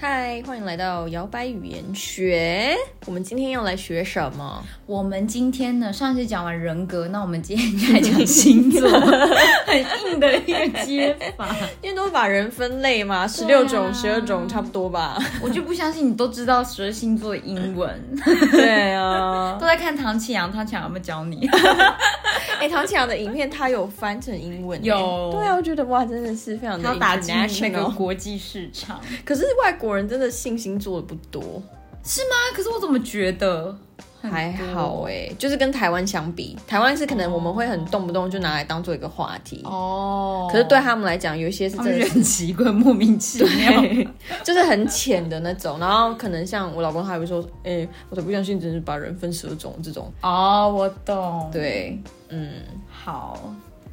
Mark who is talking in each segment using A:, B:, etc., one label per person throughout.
A: 嗨，欢迎来到摇摆语言学。我们今天要来学什么？
B: 我们今天呢，上次讲完人格，那我们今天就来讲星座，很硬的一个接法。
A: 因为都把人分类嘛，十
B: 对
A: 六
B: 啊
A: 种、十二种差不多 吧。
B: 我就不相信你都知道十二星座的英文，
A: 对啊
B: 都，在看唐启阳，唐启阳有没有教你？
A: 哎、唐启阳的影片他有翻成英文欸，
B: 有
A: 对啊，我觉得哇，真的是非常的
B: 他打击那个
A: international
B: 国际市场
A: 可是外国人真的信星座的不多，
B: 啊？可是我怎么觉得很多
A: 还好哎、就是跟台湾相比，台湾是可能我们会很动不动就拿来当做一个话题。
B: 哦？
A: 可是对他们来讲，哦有一些是
B: 他
A: 真
B: 们
A: 的
B: 觉
A: 是
B: 得很奇怪，莫名其妙。
A: 就是很浅的那种，然后可能像我老公，他还会说，哎、我才不相信，真是把人分十二种这种。
B: 哦，我懂。，
A: 对，嗯，
B: 好，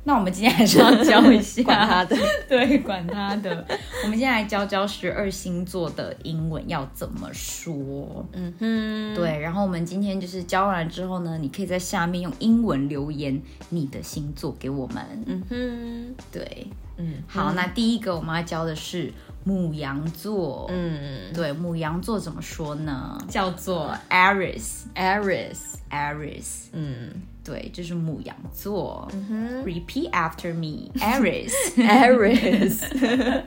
B: 那我们今天还是要教一 下。
A: 管他的。
B: 对，管他的。我们现在来教教十二星座的英文要怎么说。
A: 嗯哼，
B: 对，然后我们今天就是教完了之后呢，你可以在下面用英文留言你的星座给我们。
A: 嗯哼，
B: 对，
A: 嗯，
B: 好，那第一个我们要教的是母羊座。
A: 嗯
B: 对，母羊座怎么说呢？叫做 Aries，Aries。
A: ，Aries，嗯
B: 对，这是母羊座。
A: 哼
B: Repeat after me，Aries。
A: 嗯，Aries。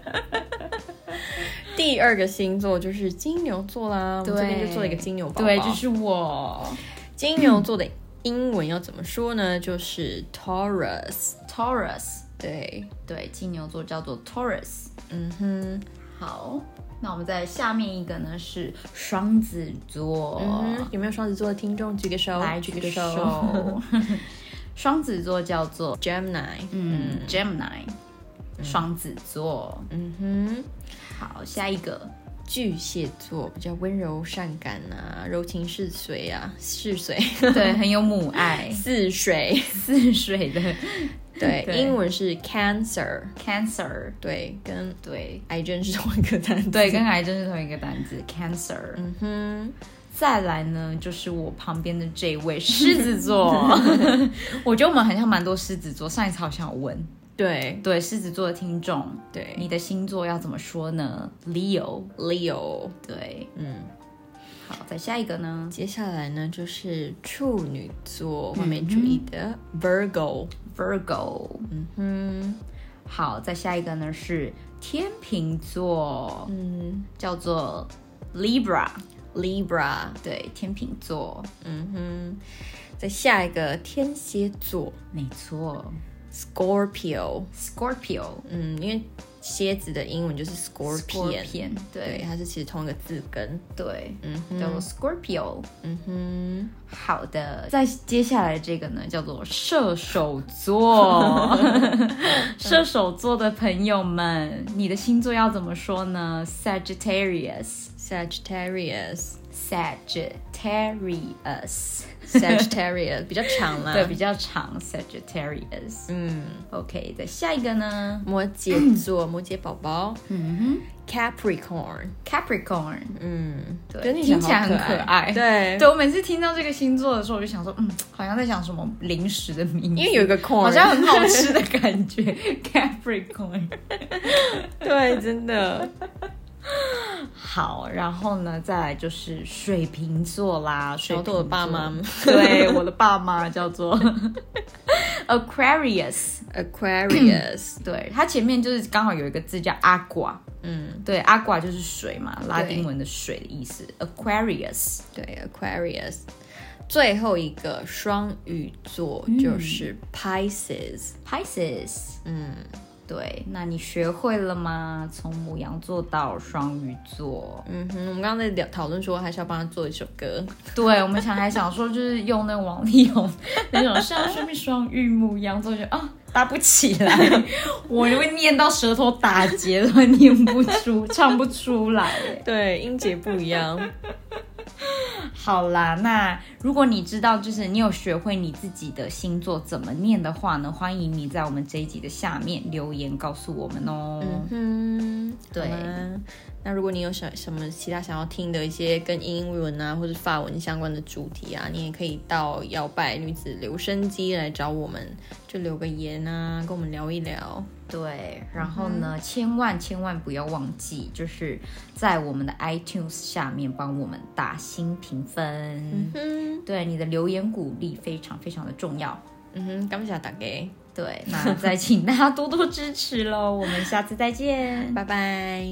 A: 第二个星座就是金牛座啦，我们这
B: 对，
A: 边就做了一个金牛宝宝。
B: 对，就是我。
A: 金牛座的英文要怎么说呢？就是 Taurus。
B: Taurus，
A: 对，
B: 对，金牛座叫做 Taurus。
A: 嗯哼，
B: 好，那我们在下面一个呢是双子座，
A: 嗯哼有没有双子座的听众举个手？
B: 来
A: 举
B: 举
A: 个
B: 个手。 双子座叫做
A: Gemini，
B: 嗯 Gemini，、双子座。
A: 嗯哼，
B: 好，下一 个
A: 巨蟹座比较温柔善感啊，柔情似水啊，似水，
B: 对，很有母 爱
A: 似水，
B: 似水的
A: 对，
B: 对
A: 英文是 Cancer，
B: Cancer，
A: 对，跟
B: 对
A: 癌症是同一个单词，
B: 对，跟癌症是同一个单字 Cancer。
A: 嗯哼，
B: 再来呢，就是我旁边的这位狮 子座， 我觉得我们很像蛮多狮子座。上一次好像有问，
A: 对
B: 对狮子座的听众，
A: 对
B: 你的星座要怎么说呢？Leo，
A: ，Leo，
B: 对，
A: 嗯，
B: 好，再下一个呢
A: 接下来呢就是处女座，完美主义的 Virgo，
B: ，Virgo，
A: 嗯哼，
B: 好，再下一个呢是天秤座，
A: 嗯
B: 叫做 Libra，
A: ，Libra，
B: 对，天秤座，
A: 嗯哼，再下一个天蝎座
B: 没错
A: Scorpio。
B: ，Scorpio，
A: 嗯，因为蝎子的英文就是 scorpion，,
B: Scorpion，
A: 对，
B: 对
A: 它是其实同一个字根。
B: 对，
A: 嗯
B: 叫做
A: 哼，
B: Scorpio。
A: 嗯哼，
B: 好的，再接下来这个呢，叫做射手 座。射手座的朋友们，你的星座要怎么说呢？Sagittarius。
A: Sagittarius，Sagittarius
B: Sagittarius，
A: 比较长啦。
B: 对，，比较长。Sagittarius。
A: 嗯，
B: OK，再下一个呢？
A: 摩羯座，摩羯宝宝
B: 嗯
A: ，Capricorn，
B: 哼，Capricorn。
A: 嗯，
B: 对
A: 跟你
B: 听起来
A: 很
B: 很可爱
A: 对，
B: 哎对我每次听到这个星座的时候，我就想说，嗯，好像在讲什么零食的名字，
A: 因为有一个 corn，
B: 好像很好吃的感觉。Capricorn。
A: 对，真的，
B: 好，然后呢，再来就是水瓶座啦，水
A: 后
B: 瓶
A: 都
B: 座
A: 有爸妈吗
B: 对，我的爸妈叫 做 Aquarius，
A: Aquarius，
B: 对，它前面就是刚好有一个字叫 aqua，
A: 嗯，
B: 对，aqua 就是水嘛，拉丁文的水的意思，Aquarius，
A: 对，Aquarius。最后一个双鱼座就是 Pisces，
B: Pisces。
A: 嗯
B: 对，那你学会了吗？从母羊座到双鱼座，
A: 嗯哼，我们刚刚在聊讨论说，还是要帮他做一首歌。
B: 对我们想还想说，就是用那个王力宏那种像说明双玉母羊座，就啊搭不起来，我就会念到舌头打结都会念不出，唱不出来。
A: 对，音节不一样。
B: 好啦，那如果你知道，就是你有学会你自己的星座怎么念的话呢，欢迎你在我们这一集的下面留言告诉我们哦。
A: 嗯哼。嗯，
B: 对
A: 好吗那如果你有什什么其他想要听的一些跟英文啊或者法文相关的主题啊，你也可以到摇摆女子留声机来找我们，就留个言啊，跟我们聊一聊。嗯
B: 对，然后呢，千万千万不要忘记，就是在我们的 iTunes 下面帮我们打新评分。
A: 嗯
B: 对，你的留言鼓励非常非常的重要。
A: 嗯哼，感谢大家，
B: 对，那再请大家多多支持喽，我们下次再见，
A: 拜拜。